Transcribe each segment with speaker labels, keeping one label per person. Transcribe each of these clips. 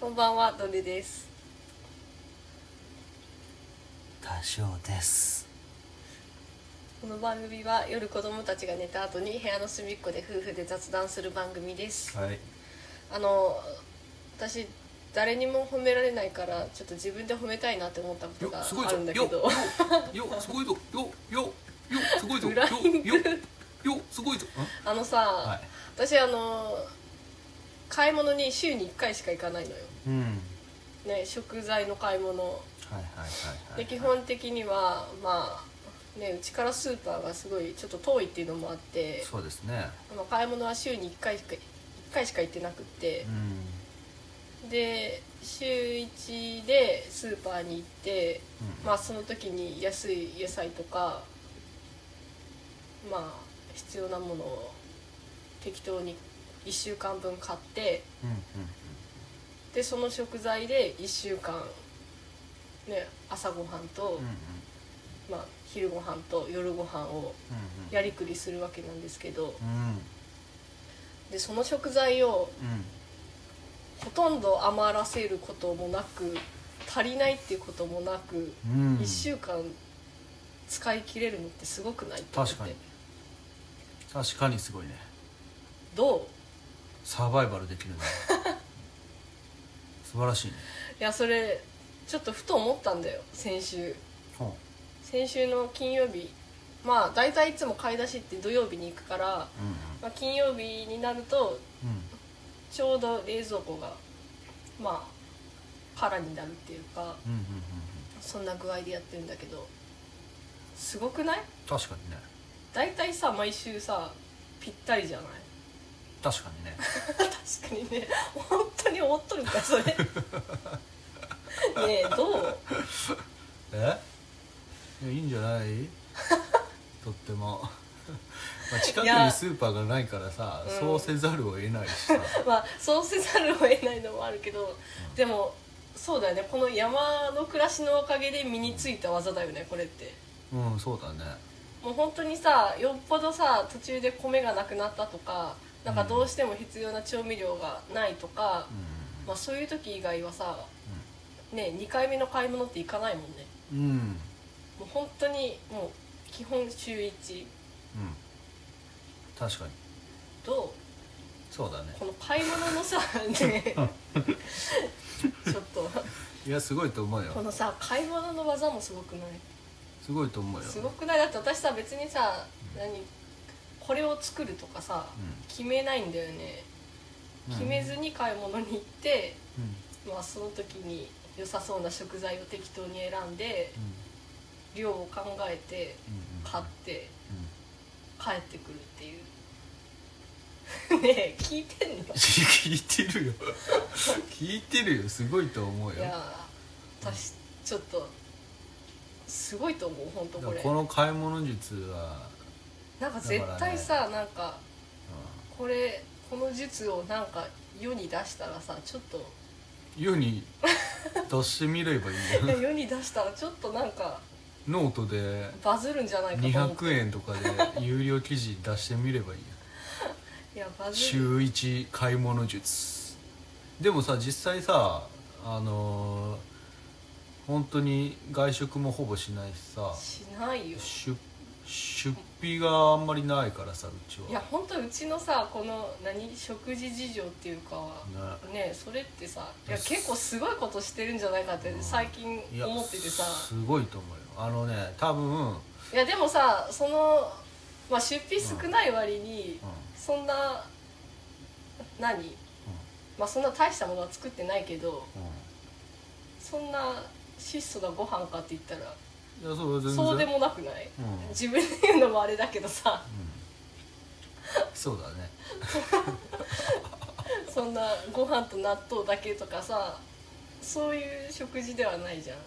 Speaker 1: こんばんは、ドルです。
Speaker 2: 多少です
Speaker 1: この番組は夜子供たちが寝た後に部屋の隅っこで夫婦で雑談する番組です。
Speaker 2: はい
Speaker 1: あの、私、誰にも褒められないから、ちょっと自分で褒めたいなって思ったことがあるんだけど。
Speaker 2: よすごいぞよよよすごいぞ
Speaker 1: フライング
Speaker 2: よよすごいぞん
Speaker 1: あのさ、
Speaker 2: はい
Speaker 1: 私、あの、買い物に週に1回しか行かないのよ。
Speaker 2: うん
Speaker 1: ね、食材の買い物。
Speaker 2: はいはいはいは
Speaker 1: で
Speaker 2: い
Speaker 1: 基本的にはまあねうちからスーパーがすごいちょっと遠いっていうのもあって
Speaker 2: そうですね
Speaker 1: まあ買い物は週に1回しか1回しか行ってなくって
Speaker 2: う、ん
Speaker 1: で週1でスーパーに行って、
Speaker 2: うん
Speaker 1: まあその時に安い野菜とかまあ必要なものを適当に1週間分買って
Speaker 2: うんうん
Speaker 1: でその食材で1週間、ね、朝ごはんと、
Speaker 2: うんうん
Speaker 1: まあ、昼ごはんと夜ごはんを
Speaker 2: うん
Speaker 1: やりくりするわけなんですけど
Speaker 2: うん
Speaker 1: でその食材を
Speaker 2: うん
Speaker 1: ほとんど余らせることもなく足りないっていうこともなく、
Speaker 2: うん
Speaker 1: 1週間使い切れるのってすごくないと思って
Speaker 2: 確かに確かにすごいね
Speaker 1: ど
Speaker 2: サバイバルできる ね素晴らしいね
Speaker 1: ういやそれちょっとふと思ったんだよ先週
Speaker 2: ほう
Speaker 1: 先週の金曜日まあ大体いつも買い出しって土曜日に行くから、
Speaker 2: うん
Speaker 1: まあ、金曜日になると
Speaker 2: うんうん
Speaker 1: ちょうど冷蔵庫がまあ空になるっていうか
Speaker 2: うんうんうんうん
Speaker 1: そんな具合でやってるんだけどすごくない
Speaker 2: 確かにね
Speaker 1: 大体さ毎週さぴったりじゃない
Speaker 2: 確かにね
Speaker 1: 確かにね本当に思っとるかそれねえどう
Speaker 2: えいやいいんじゃない とってもまあ近く
Speaker 1: いや
Speaker 2: にスーパーがないからさ、
Speaker 1: うん
Speaker 2: そうせざるを得ないしさ
Speaker 1: まあそうせざるを得ないのもあるけどでもそうだよねこの山の暮らしのおかげで身についた技だよねこれって
Speaker 2: うんそうだね
Speaker 1: もう本当にさよっぽどさ途中で米がなくなったとかなんかどうしても必要な調味料がないとか、
Speaker 2: う
Speaker 1: まあ、そういう時以外はさね2回目の買い物って行かないもんね
Speaker 2: んうんうん
Speaker 1: もう本当にもう基本週1
Speaker 2: 確かに
Speaker 1: ど
Speaker 2: そうだね
Speaker 1: うこの買い物のさねちょっと
Speaker 2: いやすごいと思う
Speaker 1: こ
Speaker 2: よ
Speaker 1: のさ買い物の技もすごくない
Speaker 2: すごいと思うよ
Speaker 1: すごくないだって私さ別にさ何これを作るとかさ、
Speaker 2: うん
Speaker 1: 決めないんだよね
Speaker 2: うん
Speaker 1: 決めずに買い物に行って、
Speaker 2: うん
Speaker 1: まあその時に良さそうな食材を適当に選んで量を考えて
Speaker 2: うんうん
Speaker 1: 買って
Speaker 2: うん
Speaker 1: 帰ってくるっていう ねえ聞いてんの
Speaker 2: 聞いてるよ 聞いてるよすごいと思う
Speaker 1: い
Speaker 2: よ
Speaker 1: やー私ちょっとすごいと思う本当
Speaker 2: だ
Speaker 1: こ
Speaker 2: から
Speaker 1: れ
Speaker 2: この買い物術は、
Speaker 1: なんか絶対
Speaker 2: だ
Speaker 1: さ、なんかこれこの術をなんか世に出したらさちょっと
Speaker 2: うん、世に出してみればいいよ
Speaker 1: 世に出したらちょっとなんか
Speaker 2: ノートで
Speaker 1: バズるんじゃないかと思って
Speaker 2: 200円とかで有料記事出してみればいいよ
Speaker 1: いやバズる
Speaker 2: 週1買い物術でもさ実際さあのー本当に外食もほぼしないしさ
Speaker 1: しないよ
Speaker 2: 出出費があんまりないからさうち
Speaker 1: いや
Speaker 2: は
Speaker 1: 本当うちのさこの何食事事情っていうかはねそれってさいや結構すごいことしてるんじゃないかって
Speaker 2: うん
Speaker 1: 最近
Speaker 2: いや
Speaker 1: 思っててさ
Speaker 2: すごいと思うよあのね多分、うん、
Speaker 1: いやでもさその、まあ、出費少ない割にそんな何まあそんな大したものは作ってないけど
Speaker 2: う
Speaker 1: そんな質素なご飯かって言ったら
Speaker 2: ん、いやそう全然
Speaker 1: そうでもなくない
Speaker 2: うん
Speaker 1: 自分で言うのもあれだけどさ
Speaker 2: そうだね
Speaker 1: そんなご飯と納豆だけとかさそういう食事ではないじゃん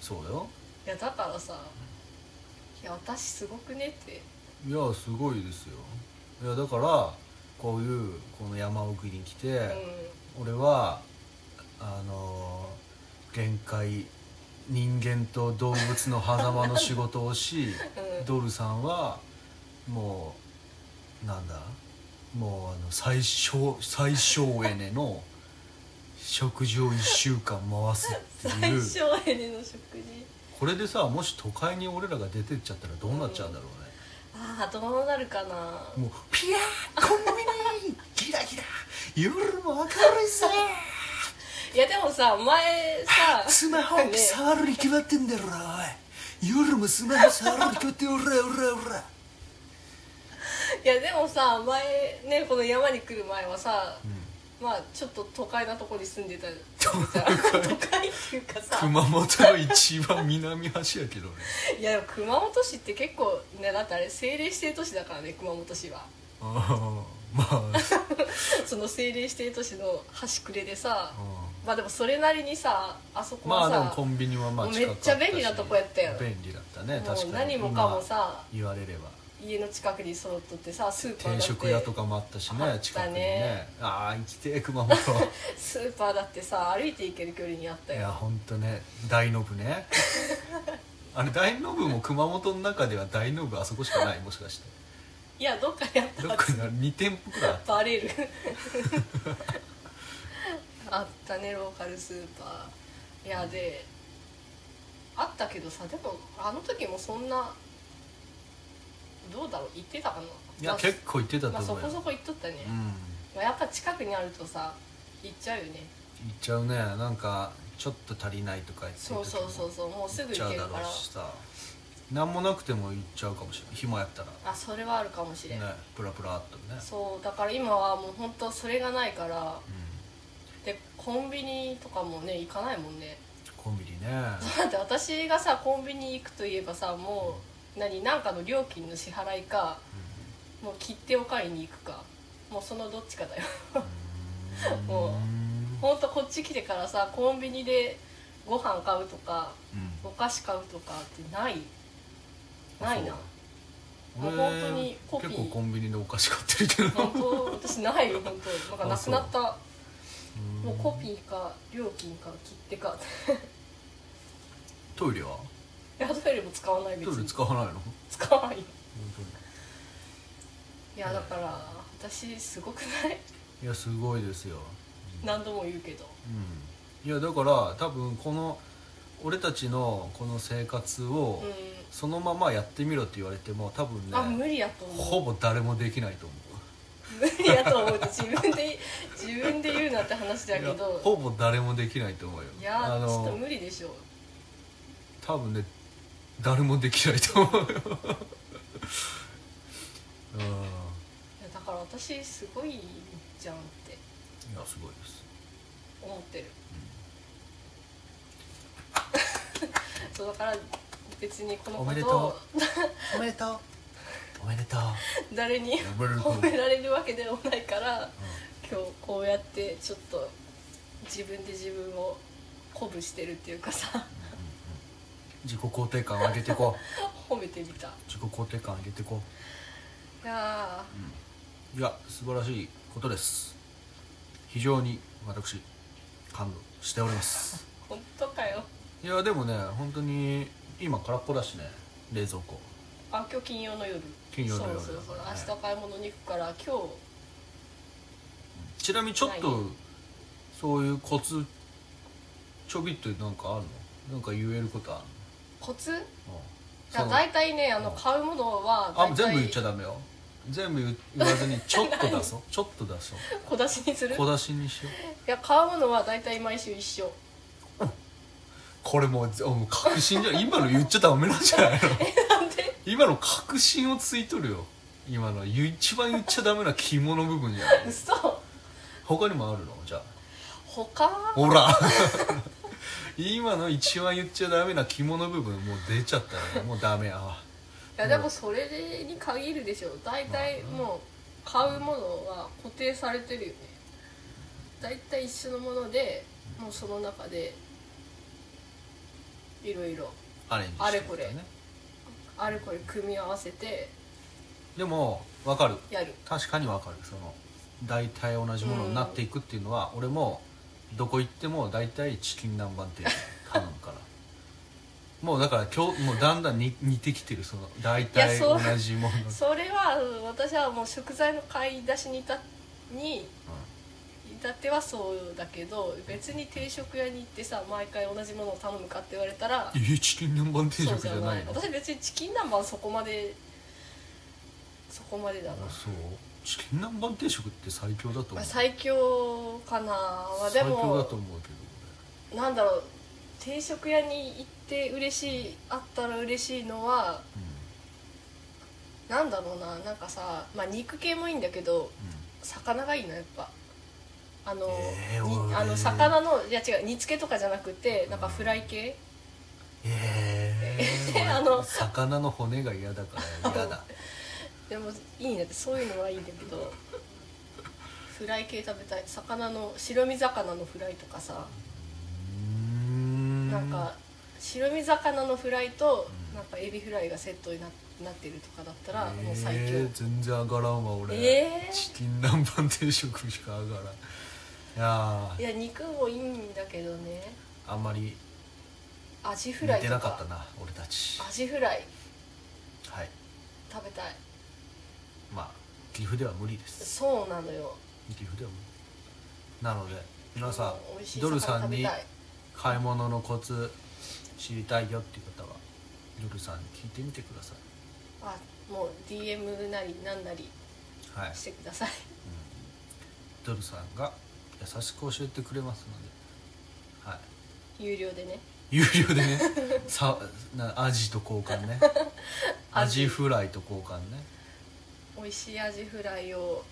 Speaker 2: そうだよ
Speaker 1: いやだからさ「いや私すごくね」って
Speaker 2: いやすごいですよいやだからこういうこの山奥に来て、
Speaker 1: う
Speaker 2: 俺はあのー限界人間と動物の狭間の仕事をし、
Speaker 1: うん
Speaker 2: ドルさんはもうなんだもうあの最小最小エネの食事を1週間回すってい
Speaker 1: 最
Speaker 2: う
Speaker 1: 小エネの食事
Speaker 2: これでさもし都会に俺らが出てっちゃったらどうなっちゃうんだろうね、
Speaker 1: ああどうなるかな
Speaker 2: もうピヤーコンビニ ギラギラ夜も明る いさ
Speaker 1: いやでもさ前さ
Speaker 2: スマホ触るに決まってんだろおい夜もスマホ触るに決まっておらおらおら
Speaker 1: いやでもさ前ねこの山に来る前はさ、まあちょっと都会なとこに住んでたじゃん都会っていうかさ
Speaker 2: 熊本の一番南端やけ どね
Speaker 1: いやでも熊本市って結構ねだってあれ政令指定都市だからね熊本市は
Speaker 2: ああまあ、
Speaker 1: その政令指定都市の端くれでさ、
Speaker 2: う
Speaker 1: まあでもそれなりにさあそこ
Speaker 2: んま
Speaker 1: は
Speaker 2: あで
Speaker 1: さ、
Speaker 2: もコンビニはまあ近かった
Speaker 1: め
Speaker 2: し
Speaker 1: っちゃ便利なとこやったよ
Speaker 2: 便利だったね
Speaker 1: も
Speaker 2: 確か
Speaker 1: う
Speaker 2: に
Speaker 1: 何もかもさ
Speaker 2: 今言われれば
Speaker 1: 家の近くに揃っとってさスーパーだっ
Speaker 2: 転
Speaker 1: て
Speaker 2: 職屋とかもあったし
Speaker 1: あった
Speaker 2: ね
Speaker 1: ね
Speaker 2: 近くにねああ生きてえ 熊本
Speaker 1: スーパーだってさ歩いて行ける距離にあった
Speaker 2: いや
Speaker 1: よ
Speaker 2: ほんとね大ノブ ねあれ大ノブも熊本の中では大ノブあそこしかないもしかして
Speaker 1: いやどっかにあった
Speaker 2: どっかに2店舗くらいあった
Speaker 1: バレるあったねローカルスーパーいやであったけどさでもあの時もそんなどうだろう行ってたかない
Speaker 2: や結構行ってた
Speaker 1: まあ、
Speaker 2: と
Speaker 1: そ
Speaker 2: 思う
Speaker 1: こ
Speaker 2: よ、
Speaker 1: そこ行っとったね、
Speaker 2: うん行
Speaker 1: まあ、やっぱ近くにあるとさ行っちゃうよね
Speaker 2: っちゃうねなんかちょっと足りないとか言って
Speaker 1: そうそうそうそうもうす
Speaker 2: 行
Speaker 1: ぐ
Speaker 2: っち
Speaker 1: 行
Speaker 2: ゃ
Speaker 1: け
Speaker 2: う
Speaker 1: る
Speaker 2: だ
Speaker 1: から
Speaker 2: ろうしさ何もなくても行っちゃうかもしれない暇やったら
Speaker 1: あそれはあるかもしれん、
Speaker 2: ねプラプラっとね
Speaker 1: そうだから今はもう本当それがないから
Speaker 2: うん
Speaker 1: でコンビニとかもね行かないもんね
Speaker 2: コンビニね
Speaker 1: だって私がさコンビニ行くといえばさもう何なんかの料金の支払いかもう切手を買いに行くかもうそのどっちかだよ
Speaker 2: うん
Speaker 1: もう
Speaker 2: うん
Speaker 1: ほんとこっち来てからさコンビニでご飯買うとか
Speaker 2: う
Speaker 1: お
Speaker 2: ん
Speaker 1: 菓子買うとかってないないな
Speaker 2: 俺
Speaker 1: もう本当にコピー
Speaker 2: 結構コンビニでお菓子買ってるけど
Speaker 1: 本当私ないよ本当なんかなくなったもうコ
Speaker 2: ー
Speaker 1: ピーか料金か切手か
Speaker 2: トイレはい
Speaker 1: やトイレも使わない別
Speaker 2: トイレ
Speaker 1: に
Speaker 2: 使わないの本
Speaker 1: 使わないよ
Speaker 2: 当に
Speaker 1: いやだから私すごくない
Speaker 2: いやすごいですよ、
Speaker 1: 何度も言うけど
Speaker 2: うん、いやだから多分この俺たちのこの生活を
Speaker 1: うん
Speaker 2: そのままやってみろって言われても多分
Speaker 1: あ
Speaker 2: ね
Speaker 1: 無理やと思う
Speaker 2: ほぼ誰もできないと思
Speaker 1: 無理やと思うって自分で自分で言うなって話だ
Speaker 2: う
Speaker 1: け
Speaker 2: いや
Speaker 1: ど
Speaker 2: ほぼ誰もできないと思うよ
Speaker 1: いやちょ
Speaker 2: あ
Speaker 1: っと
Speaker 2: の
Speaker 1: 無理でしょ
Speaker 2: 多分ね誰もできないと 思うよう
Speaker 1: い
Speaker 2: ん
Speaker 1: やだから私すごいじゃんって
Speaker 2: いやすごいです
Speaker 1: 思 ってる、そうだから別にこの
Speaker 2: おめで
Speaker 1: ことを
Speaker 2: とうおめでとうおめでとう
Speaker 1: 誰に
Speaker 2: おめでとう
Speaker 1: 褒められるわけでもないから今日こうやってちょっと自分で自分を鼓舞してるっていうかさ
Speaker 2: 自己肯定感上げてこ う
Speaker 1: 褒めてみたい
Speaker 2: 自己肯定感上げてこ
Speaker 1: や
Speaker 2: ういや素晴らしいことです非常に私感動しており ます
Speaker 1: ー本当かよ
Speaker 2: いやでもね本当に今空っぽだしね冷蔵庫
Speaker 1: あ今日金曜の夜
Speaker 2: 金曜の夜
Speaker 1: そうそうそう
Speaker 2: だからね
Speaker 1: 明日買い物に行くから今
Speaker 2: ちなみにちょっ
Speaker 1: ない
Speaker 2: とそういうコツちょびっとなんかあるのなんか言えることある
Speaker 1: 日コツ
Speaker 2: のうん
Speaker 1: だ
Speaker 2: その
Speaker 1: 大体ねあの
Speaker 2: うん
Speaker 1: 買うものは
Speaker 2: あ
Speaker 1: 大体
Speaker 2: 全部言っちゃダメよ全部言言わずにちょっと出 そうちょっと出そう
Speaker 1: 小出しにする
Speaker 2: 小出しにしよう
Speaker 1: いや買うものは大体毎週一緒
Speaker 2: これもうぜもう確信じゃん今の言っちゃダメなんじゃないの
Speaker 1: なんで
Speaker 2: 今の確信をついとるよ今の言う一番言っちゃダメな肝の部分じゃない
Speaker 1: 嘘
Speaker 2: 他にもあるのじゃあ
Speaker 1: 他
Speaker 2: ほ ら今の一番言っちゃダメな肝の部分もう出ちゃったねもうダメやわ
Speaker 1: いやでもそれに限るでしょ大体もう買うものは固定されてるよね大体一緒のものでもうその中でいろいろ
Speaker 2: アレンジしてる
Speaker 1: あれこれあれこれ組み合わせて
Speaker 2: でも分かる
Speaker 1: やる
Speaker 2: 確かに分かるその大体同じものになっていくっていうのは、俺もどこ行っても大体チキン南蛮店頼むからもうだから今日もうだんだんに似てきてるその大
Speaker 1: い
Speaker 2: 体
Speaker 1: やそ
Speaker 2: 同
Speaker 1: う
Speaker 2: じもの、
Speaker 1: それは私はもう食材の買い出しにたにたてはそうだけど別に定食屋に行ってさ毎回同じものを頼むかって言われたら
Speaker 2: えチキン南蛮
Speaker 1: そ
Speaker 2: 定
Speaker 1: う
Speaker 2: 食
Speaker 1: じ
Speaker 2: じ
Speaker 1: ゃ
Speaker 2: ゃ
Speaker 1: ない
Speaker 2: ないの
Speaker 1: 私別にチキン南蛮そこまでそこまでだな
Speaker 2: あそうチキン南蛮定食って最強だと
Speaker 1: ま
Speaker 2: 思
Speaker 1: あ
Speaker 2: う
Speaker 1: 最強かなまあで
Speaker 2: 最強だ
Speaker 1: も
Speaker 2: と思うけど
Speaker 1: なんだろう定食屋に行って嬉しいあったら嬉しいのは
Speaker 2: 俺
Speaker 1: なんだろうななんかさ、まあ、肉系もいいんだけど魚がいいなやっぱあの,に、
Speaker 2: えー俺
Speaker 1: あの魚のいや違う煮付けとかじゃなくてなんかフライ系、
Speaker 2: うんえ え
Speaker 1: あの
Speaker 2: 魚の骨が嫌だから嫌だ
Speaker 1: でもいいねそういうのはいいんだけどフライ系食べたい魚の白身魚のフライとかさ、
Speaker 2: うん
Speaker 1: なんか白身魚のフライと
Speaker 2: うん
Speaker 1: なんかエビフライがセットにななってるとかだったらもう最強、
Speaker 2: えー、全然上がらんわ俺、
Speaker 1: えー
Speaker 2: チキン南蛮定食しか上がらんいやー
Speaker 1: いや肉もいいんだけどね
Speaker 2: あんまり
Speaker 1: アジフ
Speaker 2: 似
Speaker 1: ライ
Speaker 2: て
Speaker 1: と
Speaker 2: な
Speaker 1: か
Speaker 2: かったな俺たち
Speaker 1: アジフライ
Speaker 2: はい
Speaker 1: 食べたい
Speaker 2: まあ岐阜では無理です
Speaker 1: そうなのよ
Speaker 2: 岐阜では無理なので皆さ
Speaker 1: もう美味し
Speaker 2: ん
Speaker 1: い
Speaker 2: ド
Speaker 1: 魚
Speaker 2: ルさん
Speaker 1: 食べ
Speaker 2: に
Speaker 1: たい
Speaker 2: 買い物のコツ知りたいよっていう方はドルさんに聞いてみてください
Speaker 1: あもう DM なりなんなり
Speaker 2: はい
Speaker 1: してくだ さい
Speaker 2: ドルさんが優しく教えてくれますのではい
Speaker 1: 有料でね
Speaker 2: 有料でねさなアジと交 換ねアジフライと交換ね
Speaker 1: 美味しいアジフライを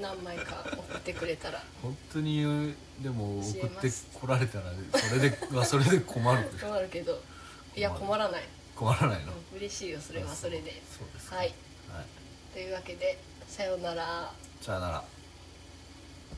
Speaker 1: 何枚か送ってくれたら
Speaker 2: 本当にでも
Speaker 1: 教え
Speaker 2: 送っ
Speaker 1: ます
Speaker 2: てこられたらそれで はそれで困る
Speaker 1: 困るけどいや
Speaker 2: 困る
Speaker 1: 困らない、
Speaker 2: 困らないの
Speaker 1: うん、嬉しいよそれはそれで
Speaker 2: そうですか
Speaker 1: はい
Speaker 2: はい、
Speaker 1: というわけでさようなら
Speaker 2: さよなら